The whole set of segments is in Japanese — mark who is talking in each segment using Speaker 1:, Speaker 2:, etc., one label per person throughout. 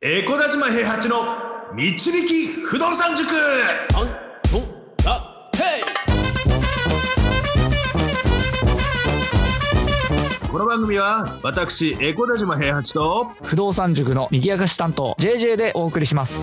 Speaker 1: エコダ島平八の導き不動産塾
Speaker 2: あんとだへ
Speaker 1: この番組は私エコダ島平八と
Speaker 3: 不動産塾の右明かし担当 JJ でお送りします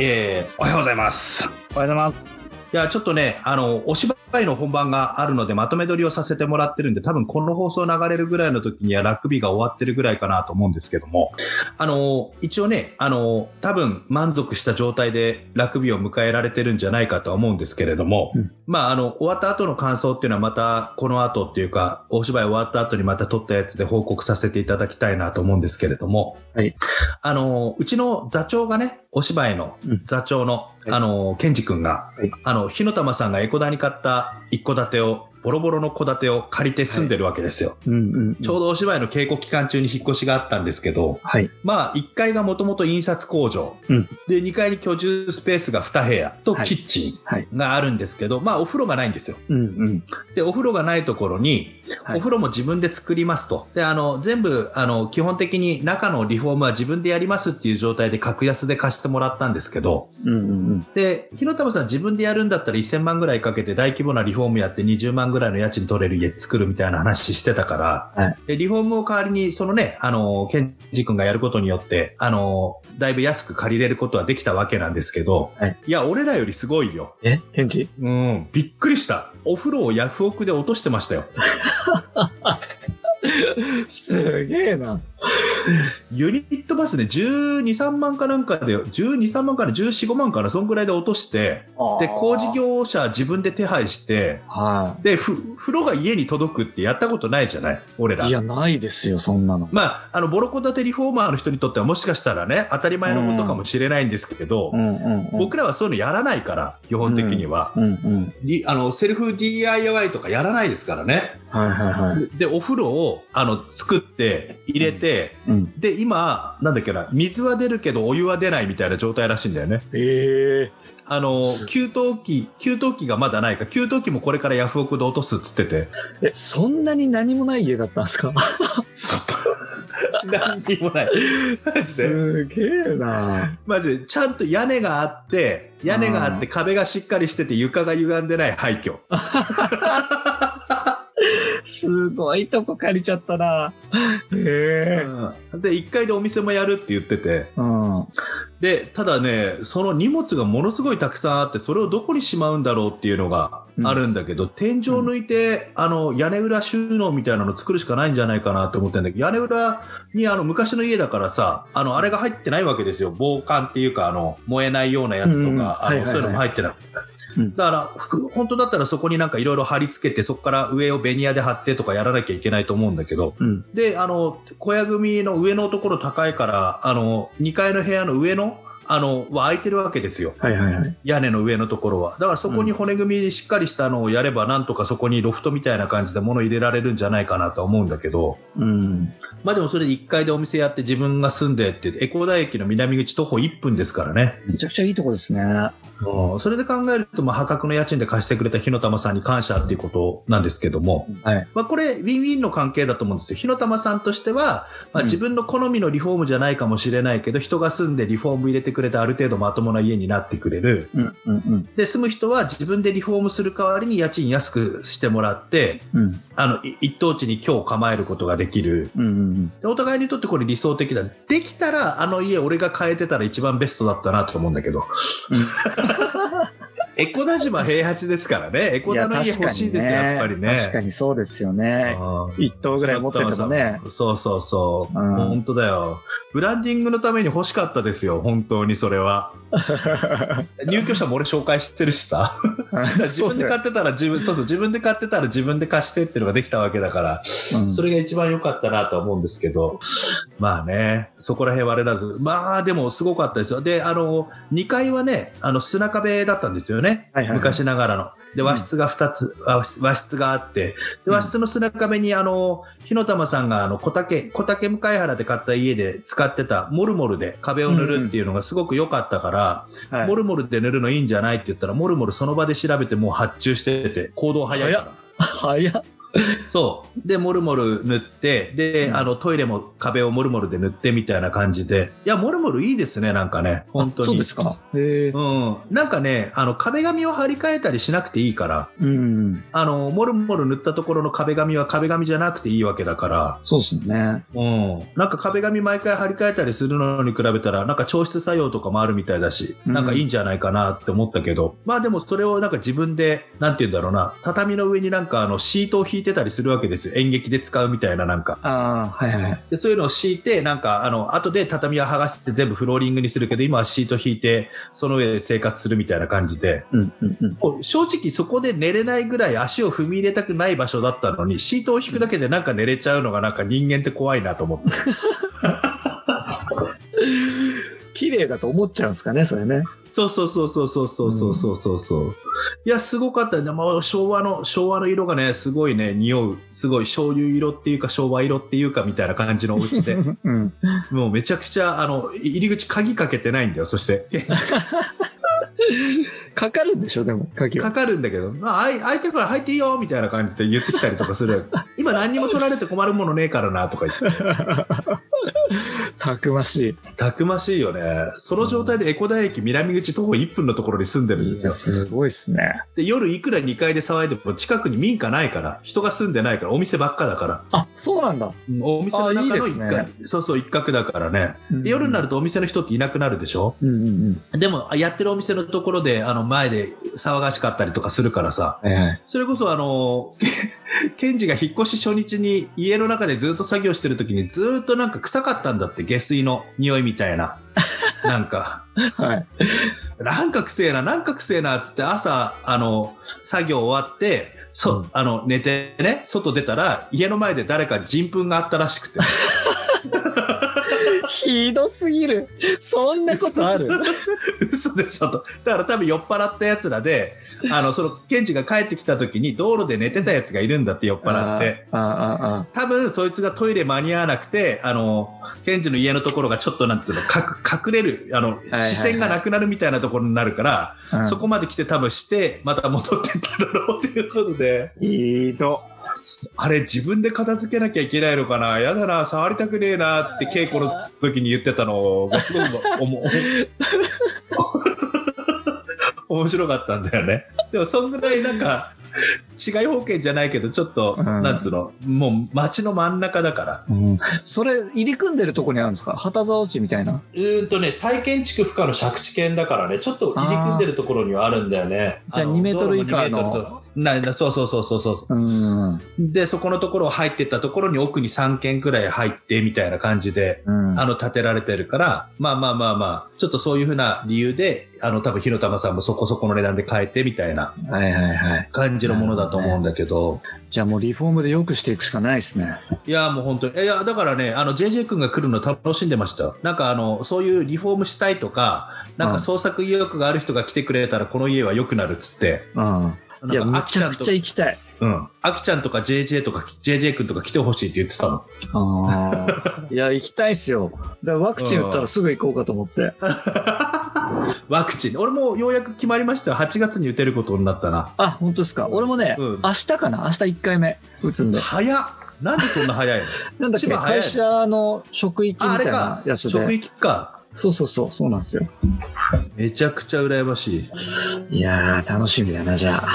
Speaker 1: えー、おはようございます
Speaker 3: おはようございます
Speaker 1: いやちょっとねあのお芝居の本番があるのでまとめ撮りをさせてもらってるんで多分この放送流れるぐらいの時にはラグビーが終わってるぐらいかなと思うんですけどもあの一応ねあの多分満足した状態でラグビーを迎えられてるんじゃないかとは思うんですけれども、
Speaker 3: うん
Speaker 1: まああの終わった後の感想っていうのはまたこの後っていうかお芝居終わった後にまた撮ったやつで報告させていただきたいなと思うんですけれども、
Speaker 3: はい
Speaker 1: あのうちの座長がねお芝居の
Speaker 3: うん
Speaker 1: 座長の、
Speaker 3: はい
Speaker 1: あのケンジ君があの、火の玉さんがエコダに買った一戸建てを、ボロボロの戸建てを借りて住んでるわけですよ。
Speaker 3: うんうん
Speaker 1: ちょうどお芝居の稽古期間中に引っ越しがあったんですけど、
Speaker 3: はい
Speaker 1: まあ、1階がもともと印刷工場、
Speaker 3: うん
Speaker 1: で、2階に居住スペースが2部屋と
Speaker 3: はい
Speaker 1: キッチ
Speaker 3: はい
Speaker 1: ンがあるんですけど、まあ、お風呂がないんですよ。
Speaker 3: うんうん
Speaker 1: で、お風呂がないところに、
Speaker 3: はい
Speaker 1: お風呂も自分で作りますと。で、あの、全部、あの、基本的に中のリフォームは自分でやりますっていう状態で格安で貸してもらったんですけど、
Speaker 3: うんうん
Speaker 1: で、広田さん自分でやるんだったら1000万ぐらいかけて大規模なリフォームやって20万ぐらいの家賃取れる家作るみたいな話してたから、
Speaker 3: はい
Speaker 1: でリフォームを代わりに、そのね、あの、ケンジ君がやることによって、あの、だいぶ安く借りれることはできたわけなんですけど、
Speaker 3: はい、
Speaker 1: や、俺らよりすごいよ。
Speaker 3: えケンジ
Speaker 1: うん、びっくりした。お風呂をヤフオクで落としてましたよ。
Speaker 3: すげえな
Speaker 1: ユニットバスで12、3万かなんかで、12、3万から14、5万からそんぐらいで落として、で、工事業者自分で手配して、
Speaker 3: は
Speaker 1: で、ふ、風呂が家に届くってやったことないじゃない俺ら。
Speaker 3: いいやないですよそんなの
Speaker 1: まあ、あの、ボロコ建てリフォーマーの人にとってはもしかしたらね、当たり前のことかもしれないんですけど、
Speaker 3: うんうんうん
Speaker 1: 僕らはそういうのやらないから、基本的には。
Speaker 3: うんうん
Speaker 1: りあの、セルフ DIY とかやらないですからね。
Speaker 3: はいはいはい
Speaker 1: で、お風呂を、あの、作って、入れて、
Speaker 3: うん
Speaker 1: で、今、なんだっけな、水は出るけどお湯は出ないみたいな状態らしいんだよね。
Speaker 3: ええ
Speaker 1: あの、給湯器、給湯器がまだないから、給湯器もこれからヤフオクで落とすっつってて。
Speaker 3: えそんなに何もない家だったんです か
Speaker 1: そう。何にもない。マジで。
Speaker 3: すげえな
Speaker 1: マジで。ちゃんと屋根があって、屋根があって壁がしっかりしてて床が歪んでない廃墟。
Speaker 3: すごいとこ借りちゃったなへえ
Speaker 1: で、1階でお店もやるって言ってて。
Speaker 3: うん
Speaker 1: で、ただね、その荷物がものすごいたくさんあって、それをどこにしまうんだろうっていうのがあるんだけど、天井抜いて、あの、屋根裏収納みたいなの作るしかないんじゃないかなと思ってんだけど、屋根裏にあの、昔の家だからさ、あの、あれが入ってないわけですよ。防寒っていうか、あの、燃えないようなやつ
Speaker 3: う
Speaker 1: と
Speaker 3: んうん
Speaker 1: か、
Speaker 3: は
Speaker 1: あ
Speaker 3: いはい
Speaker 1: の、
Speaker 3: はい
Speaker 1: そういうのも入ってなくて。
Speaker 3: うん
Speaker 1: だから、服本当だったらそこになんかいろいろ貼り付けて、そこから上をベニヤで貼ってとかやらなきゃいけないと思うんだけど、
Speaker 3: うん
Speaker 1: で、あの、小屋組の上のところ高いから、あの、2階の部屋の上の、あの、は空いてるわけですよ。
Speaker 3: はいはいはい
Speaker 1: 屋根の上のところは。だからそこに骨組みでしっかりしたのをやれば、なんとかそこにロフトみたいな感じで物入れられるんじゃないかなとは思うんだけど、
Speaker 3: うん
Speaker 1: まあでもそれで1階でお店やって自分が住んでって、エコーダ駅の南口徒歩1分ですからね。
Speaker 3: めちゃくちゃいいとこですね
Speaker 1: うんそれで考えると、まあ破格の家賃で貸してくれた火の玉さんに感謝っていうことなんですけども、
Speaker 3: はい。
Speaker 1: まあ、これ、ウィンウィンの関係だと思うんですよ。火の玉さんとしては、まあ、
Speaker 3: うん
Speaker 1: 自分の好みのリフォームじゃないかもしれないけど、人が住んでリフォーム入れてくれて、ある程度まともな家になってくれる。
Speaker 3: うんうんうん
Speaker 1: で、住む人は自分でリフォームする代わりに家賃安くしてもらって、
Speaker 3: うん
Speaker 1: あの、い一等地に今日構えることができる。
Speaker 3: うんうん
Speaker 1: でお互いにとってこれ理想的だ。できたら、あの家俺が変えてたら一番ベストだったなと思うんだけど。エコダ島平八ですからね。エコダの家欲しいですよ、やっぱりね。
Speaker 3: 確かにそうですよね。
Speaker 1: うん
Speaker 3: 一頭ぐらい持っててもね。
Speaker 1: そうそうそう。
Speaker 3: うん
Speaker 1: 本当だよ。ブランディングのために欲しかったですよ。本当にそれは。入居者も俺紹介してるしさ。 自分で買ってたら自分、そうそう、自分で買ってたら自分で貸してっていうのができたわけだから、
Speaker 3: うん
Speaker 1: それが一番良かったなとは思うんですけど、まあね、そこら辺我々は、まあでもすごかったですよ。で、あの、2階はね、あの、砂壁だったんですよね。
Speaker 3: はいはいはい
Speaker 1: 昔ながらの。で、和室が2つ、和室和室があって、で、和室の砂壁に、あの、火の玉さんが、あの、小竹、小竹向原で買った家で使ってた、モルモルで壁を塗るっていうのがすごく良かったから、
Speaker 3: はい
Speaker 1: モルモルで塗るのいいんじゃないって言ったら、モルモルその場で調べてもう発注してて、行動早いから。
Speaker 3: 早っ。
Speaker 1: そう。で、モルモル塗って、で、
Speaker 3: うん
Speaker 1: あの、トイレも壁をモルモルで塗ってみたいな感じで。いや、モルモルいいですね、なんかね。本当に。
Speaker 3: そうですか。へえ。
Speaker 1: うん。なんかね、あの、壁紙を張り替えたりしなくていいから、
Speaker 3: うん。
Speaker 1: あの、モルモル塗ったところの壁紙は壁紙じゃなくていいわけだから、
Speaker 3: そうですね。
Speaker 1: うん。なんか壁紙毎回張り替えたりするのに比べたら、なんか調湿作用とかもあるみたいだし、
Speaker 3: うん
Speaker 1: なんかいいんじゃないかなって思ったけど、まあでもそれをなんか自分で、なんて言うんだろうな、畳の上になんかあの、シートを敷いてたりするわけですよ。演劇で使うみたいななんか。
Speaker 3: ああ、はいはい。
Speaker 1: でそういうのを敷いて、なんか、あの、後で畳は剥がして全部フローリングにするけど、今はシート敷いて、その上で生活するみたいな感じで、
Speaker 3: うんうんうん。
Speaker 1: もう正直そこで寝れないぐらい足を踏み入れたくない場所だったのに、シートを敷くだけでなんか寝れちゃうのがなんか人間って怖いなと思って。
Speaker 3: 綺麗だと思っちゃうんですかね、それね。
Speaker 1: そうそうそうそうそうそうそうそうそうそう、いや、すごかったね。まあ、昭和の、昭和の色がね、すごいね、匂う。すごい、醤油色っていうか、昭和色っていうか、みたいな感じのお家 で。
Speaker 3: うん。
Speaker 1: もうめちゃくちゃ、あの、入り口鍵かけてないんだよ、そして。
Speaker 3: かかるんでしょ、でも、鍵は。
Speaker 1: かかるんだけど、まあ、あい相手から入っていいよみたいな感じで言ってきたりとかする。今何にも取られて困るものねえからなとか言って。
Speaker 3: たくましい。
Speaker 1: たくましいよね。その状態で江古田駅南口徒歩1分のところに住んでるんですよ。
Speaker 3: すごいですね。
Speaker 1: で、夜いくら2階で騒いでも近くに民家ないから、人が住んでないから、お店ばっかだから。
Speaker 3: あ、そうなんだ。
Speaker 1: うんお店の
Speaker 3: あい
Speaker 1: 中
Speaker 3: いで
Speaker 1: の
Speaker 3: す
Speaker 1: 一
Speaker 3: ね
Speaker 1: 角、そうそう一角だからね。で夜になるとお店の人っていなくなるでしょ
Speaker 3: うんうんうん。
Speaker 1: でも、あやってるお店のところで、あの、前で騒がしかったりとかするからさ。
Speaker 3: はいはい。
Speaker 1: それこそあの、 ケンジが引っ越し初日に家の中でずっと作業してる時にずっとなんか臭かったんだって下水の匂いみたいな。なんか、
Speaker 3: はい。
Speaker 1: なんか臭えな、なんか臭えなっつって朝、あの、作業終わって、そ、あの、寝てね、外出たら家の前で誰か人糞があったらしく て。
Speaker 3: ひどすぎる。そんなこと ある。
Speaker 1: 嘘でしょと。だから多分酔っ払った奴らで、あの、その、ケンジが帰ってきた時に道路で寝てた奴がいるんだって酔っ払って。
Speaker 3: あーあ
Speaker 1: 多分そいつがトイレ間に合わなくて、あの、ケンジの家のところがちょっとなんつうの、かく隠れる、あの、
Speaker 3: はい
Speaker 1: 視線がなくなるみたいなところになるから、
Speaker 3: ーあーあー。
Speaker 1: そこまで来て多分して、また戻ってっただろうということで、
Speaker 3: うん。ひど。
Speaker 1: あれ自分で片付けなきゃいけないのかな、やだな、触りたくねえなって稽古の時に言ってたのがすごく思う。 面白かったんだよね。でもそんぐらいなんか、違い保険じゃないけど、ちょっと、
Speaker 3: うん
Speaker 1: なんつうの、もう街の真ん中だから、
Speaker 3: それ、入り組んでるとこにあるんですか旗沢地みたいな。
Speaker 1: うーんとね、再建築不可の借地権だからね、ちょっと入り組んでるところにはあるんだよね。
Speaker 3: あーじゃあ
Speaker 1: の
Speaker 3: 2メートル以下の
Speaker 1: 道路も2メートルとななそうそうそうそうそう。
Speaker 3: うん。うん。
Speaker 1: で、そこのところを入ってったところに奥に3軒くらい入ってみたいな感じで、あの、建てられてるから、まあまあまあまあ、ちょっとそういうふうな理由で、あの、多分、火の玉さんもそこそこの値段で買えてみたいな
Speaker 3: はいはいはい。
Speaker 1: 感じのものだと思うんだけど、
Speaker 3: じゃあもうリフォームで良くしていくしかないですね。
Speaker 1: いや、もう本当に。いや、だからね、あの、JJ 君が来るの楽しんでましたよ。なんか、あの、そういうリフォームしたいとか、なん
Speaker 3: う
Speaker 1: か
Speaker 3: ん
Speaker 1: 創作意欲がある人が来てくれたら、この家は良くなるっつって。
Speaker 3: うん。い
Speaker 1: なん
Speaker 3: や、
Speaker 1: か
Speaker 3: め
Speaker 1: あき
Speaker 3: ち
Speaker 1: ちゃ
Speaker 3: ゃ
Speaker 1: ん
Speaker 3: く
Speaker 1: と
Speaker 3: ちゃ、行きたい。
Speaker 1: うん。あきちゃんとか JJ とか、JJ 君とか来てほしいって言ってたの。
Speaker 3: ああ。いや、行きたいっすよ。だからワクチン打ったらすぐ行こうかと思って。
Speaker 1: ワクチン。俺もようやく決まりましたよ。8月に打てることになったな。
Speaker 3: あ、本当ですか。俺もね、
Speaker 1: うん
Speaker 3: 明日かな明日1回目打つんで。
Speaker 1: 早っなんでそんな早いの
Speaker 3: なんだっけ
Speaker 1: 千葉早い
Speaker 3: 会社の職域 み
Speaker 1: あ、あ
Speaker 3: た
Speaker 1: れ
Speaker 3: いな
Speaker 1: か。
Speaker 3: やつ
Speaker 1: 職
Speaker 3: で。
Speaker 1: 域か。
Speaker 3: そうそうそう、そうなんですよ。
Speaker 1: めちゃくちゃ羨ましい。
Speaker 3: いやー、楽しみだな、じゃあ。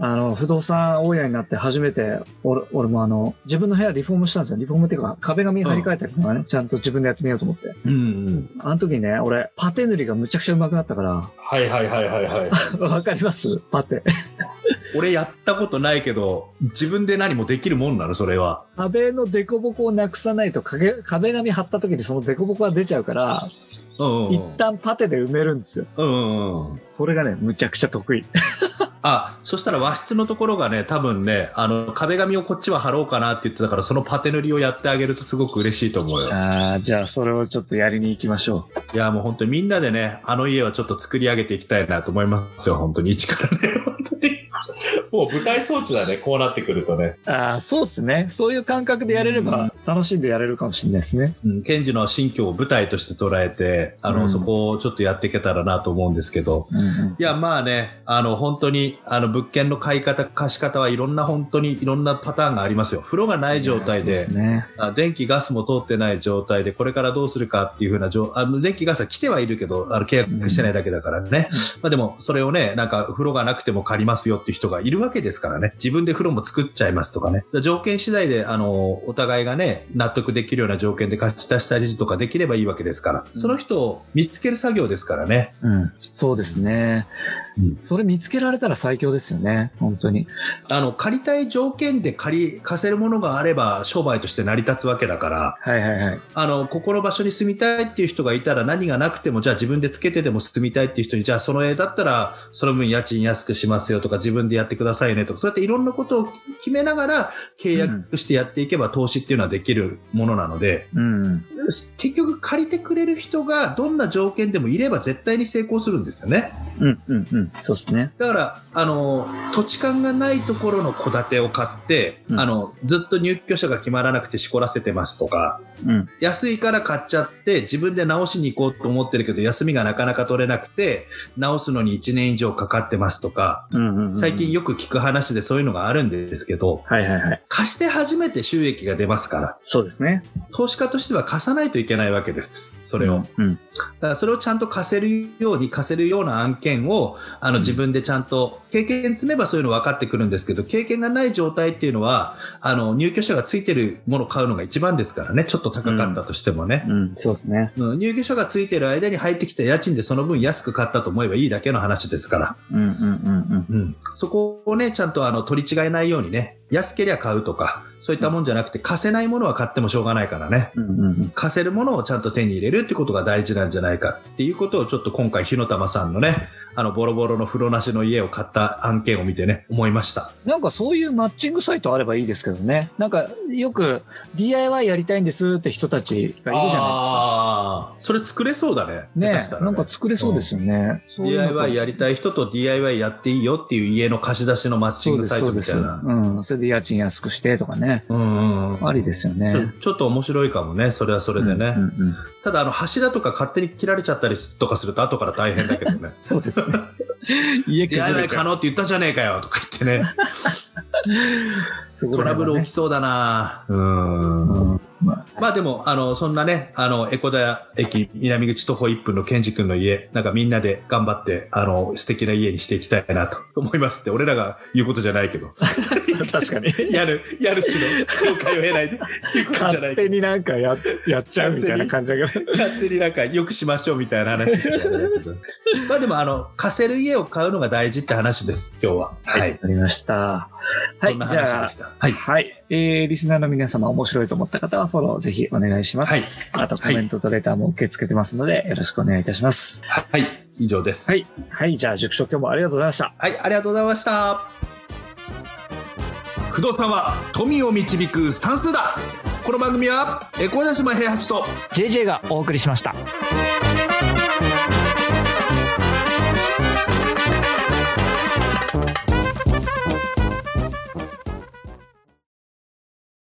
Speaker 3: あの、不動産大家になって初めて、俺俺もあの、自分の部屋リフォームしたんですよ。リフォームっていうか、壁紙張り替えたりとかね、ちゃんと自分でやってみようと思って。
Speaker 1: うんうん。
Speaker 3: あの時ね、俺、パテ塗りがむちゃくちゃうまくなったか
Speaker 1: はいはいはいはいはい。
Speaker 3: ら、 わかりますパテ。
Speaker 1: 俺やったことないけど、自分で何もできるもんなのそれは。
Speaker 3: 壁の凸凹をなくさないと壁、壁紙貼った時にその凸凹が出ちゃうから、
Speaker 1: うんうん
Speaker 3: 一旦パテで埋めるんですよ。
Speaker 1: うんうんうん。
Speaker 3: それがね、むちゃくちゃ得意。
Speaker 1: あ、そしたら和室のところがね、多分ね、あの、壁紙をこっちは貼ろうかなって言ってたから、そのパテ塗りをやってあげるとすごく嬉しいと思うよ。
Speaker 3: ああ、じゃあそれをちょっとやりに行きましょ
Speaker 1: いや、もう本当にみんなでね、あの家はちょっと作り上げていきたいなと思いますよ、本当に。一からね、本当に。 もう舞台装置だね、こうなってくるとね。
Speaker 3: ああ、そうですね。そういう感覚でやれれば、楽しんでやれるかもしれないですね。
Speaker 1: うん、ケンジの新居を舞台として捉えて、あの、
Speaker 3: うん
Speaker 1: そこをちょっとやっていけたらなと思うんですけど。
Speaker 3: うん
Speaker 1: いや、まあね、あの、本当に、あの、物件の買い方、貸し方はいろんな、本当にいろんなパターンがありますよ。風呂がない状態で
Speaker 3: そうすね。
Speaker 1: あ電気、ガスも通ってない状態で、これからどうするかっていうふうな状、あの電気、ガスは来てはいるけど、あの契約してないだけだからね。まあでも、それをね、なんか、風呂がなくても借りますよっていう人がいるわけですからね。自分で風呂も作っちゃいますとかね。だから条件次第で、あの、お互いがね、納得できるような条件で貸し出したりとかできればいいわけですから。その人を見つける作業ですからね。
Speaker 3: うん。そうですね
Speaker 1: うん。
Speaker 3: それ見つけられたら最強ですよね。本当に。
Speaker 1: あの、借りたい条件で借り、貸せるものがあれば、商売として成り立つわけだから。
Speaker 3: はいはいはい。
Speaker 1: あの、ここの場所に住みたいっていう人がいたら何がなくても、じゃあ自分でつけてでも住みたいっていう人に、じゃあその絵だったら、その分家賃安くしますよとか、自分でやってくださいねとか、そうやっていろんなことを決めながら契約してやっていけば投資っていうのはできるものなので、
Speaker 3: うん。
Speaker 1: 結局借りてくれる人がどんな条件でもいれば絶対に成功するんですよね。
Speaker 3: うんうんうん。そうですね。
Speaker 1: だから、あの、土地勘がないところの戸建てを買って、
Speaker 3: うん
Speaker 1: あの、ずっと入居者が決まらなくてしこらせてますとか、
Speaker 3: うん。
Speaker 1: 安いから買っちゃって自分で直しに行こうと思ってるけど休みがなかなか取れなくて直すのに1年以上かかってますとか
Speaker 3: うんうんうん
Speaker 1: 最近よく聞く話でそういうのがあるんですけど
Speaker 3: はいはいはい。
Speaker 1: 貸して初めて収益が出ますから
Speaker 3: そうですね。
Speaker 1: 投資家としては貸さないといけないわけですそれを、だ
Speaker 3: うん。
Speaker 1: からそれをちゃんと貸せるように貸せるような案件をあの自分でちゃんと経験積めばそういうの分かってくるんですけど経験がない状態っていうのはあの入居者がついてるものを買うのが一番ですからねちょっと高かったとしてもね、
Speaker 3: うん。うんそうですね。
Speaker 1: うん、入居者がついてる間に入ってきた家賃でその分安く買ったと思えばいいだけの話ですから、
Speaker 3: うんうんうん
Speaker 1: うん、そこをねちゃんとあの取り違えないようにね安けりゃ買うとかそういったもんじゃなくて貸せないものは買ってもしょうがないからね
Speaker 3: うん。うんうんうん。
Speaker 1: 貸せるものをちゃんと手に入れるってことが大事なんじゃないかっていうことをちょっと今回火の玉さんのねあのボロボロの風呂なしの家を買った案件を見てね思いました
Speaker 3: なんかそういうマッチングサイトあればいいですけどね。なんかよく DIY やりたいんですって人たちがいるじゃないですか。
Speaker 1: ああそれ作れそうだね
Speaker 3: ね
Speaker 1: 下手したら
Speaker 3: なんか作れそうですよね。そういうのと
Speaker 1: DIY やりたい人と DIY やっていいよっていう家の貸し出しのマッチングサイトみたい
Speaker 3: そうです
Speaker 1: な。
Speaker 3: そうですうん。それで家賃安くしてとかね。
Speaker 1: うんうんうん
Speaker 3: ありですよね。
Speaker 1: ちょちょっと面白いかもね、それはそれでね。
Speaker 3: うんうんうん。
Speaker 1: ただ、あの、柱とか勝手に切られちゃったりとかすると、後から大変だけどね
Speaker 3: そうですね。家
Speaker 1: いや
Speaker 3: 崩
Speaker 1: い
Speaker 3: れ
Speaker 1: や、
Speaker 3: ちゃ
Speaker 1: 可
Speaker 3: う
Speaker 1: 能って言ったじゃねえかよとか言ってね、
Speaker 3: そこ
Speaker 1: トラ
Speaker 3: ら辺
Speaker 1: ブ
Speaker 3: は
Speaker 1: ル
Speaker 3: ね
Speaker 1: 起きそうだなうん。
Speaker 3: うんすまん
Speaker 1: まあでも、あの、そんなね、あの、エコダヤ駅南口徒歩1分のケンジ君の家、なんかみんなで頑張って、あの、素敵な家にしていきたいなと思いますって、俺らが言うことじゃないけ ど、
Speaker 3: 確かに。
Speaker 1: やる、やるしの了解を得ないで、言うことじゃないけど
Speaker 3: 勝手になんかややっちゃうみたいな感じだけど。
Speaker 1: 勝手になんかよくしましょうみたいな話してたんだけど まあでもあの貸せる家を買うのが大事って話です今日ははい、
Speaker 3: わかりました。は
Speaker 1: そん
Speaker 3: い
Speaker 1: な、
Speaker 3: じ
Speaker 1: 話
Speaker 3: ゃ
Speaker 1: で
Speaker 3: あ
Speaker 1: し。たはい
Speaker 3: はい。えー、リスナーの皆様、面白いと思った方はフォローぜひお願いします。あと、コメントとレターも受け付けてますので、よろしくお願いいたします。
Speaker 1: はい以上です
Speaker 3: は
Speaker 1: はい、
Speaker 3: い。はい、じゃあ、塾長今日もありがとうございました。
Speaker 1: ありがとうございました
Speaker 2: 不動産は富を導く算数だこの番組はエコーナシマ平八と
Speaker 3: JJ がお送りしました。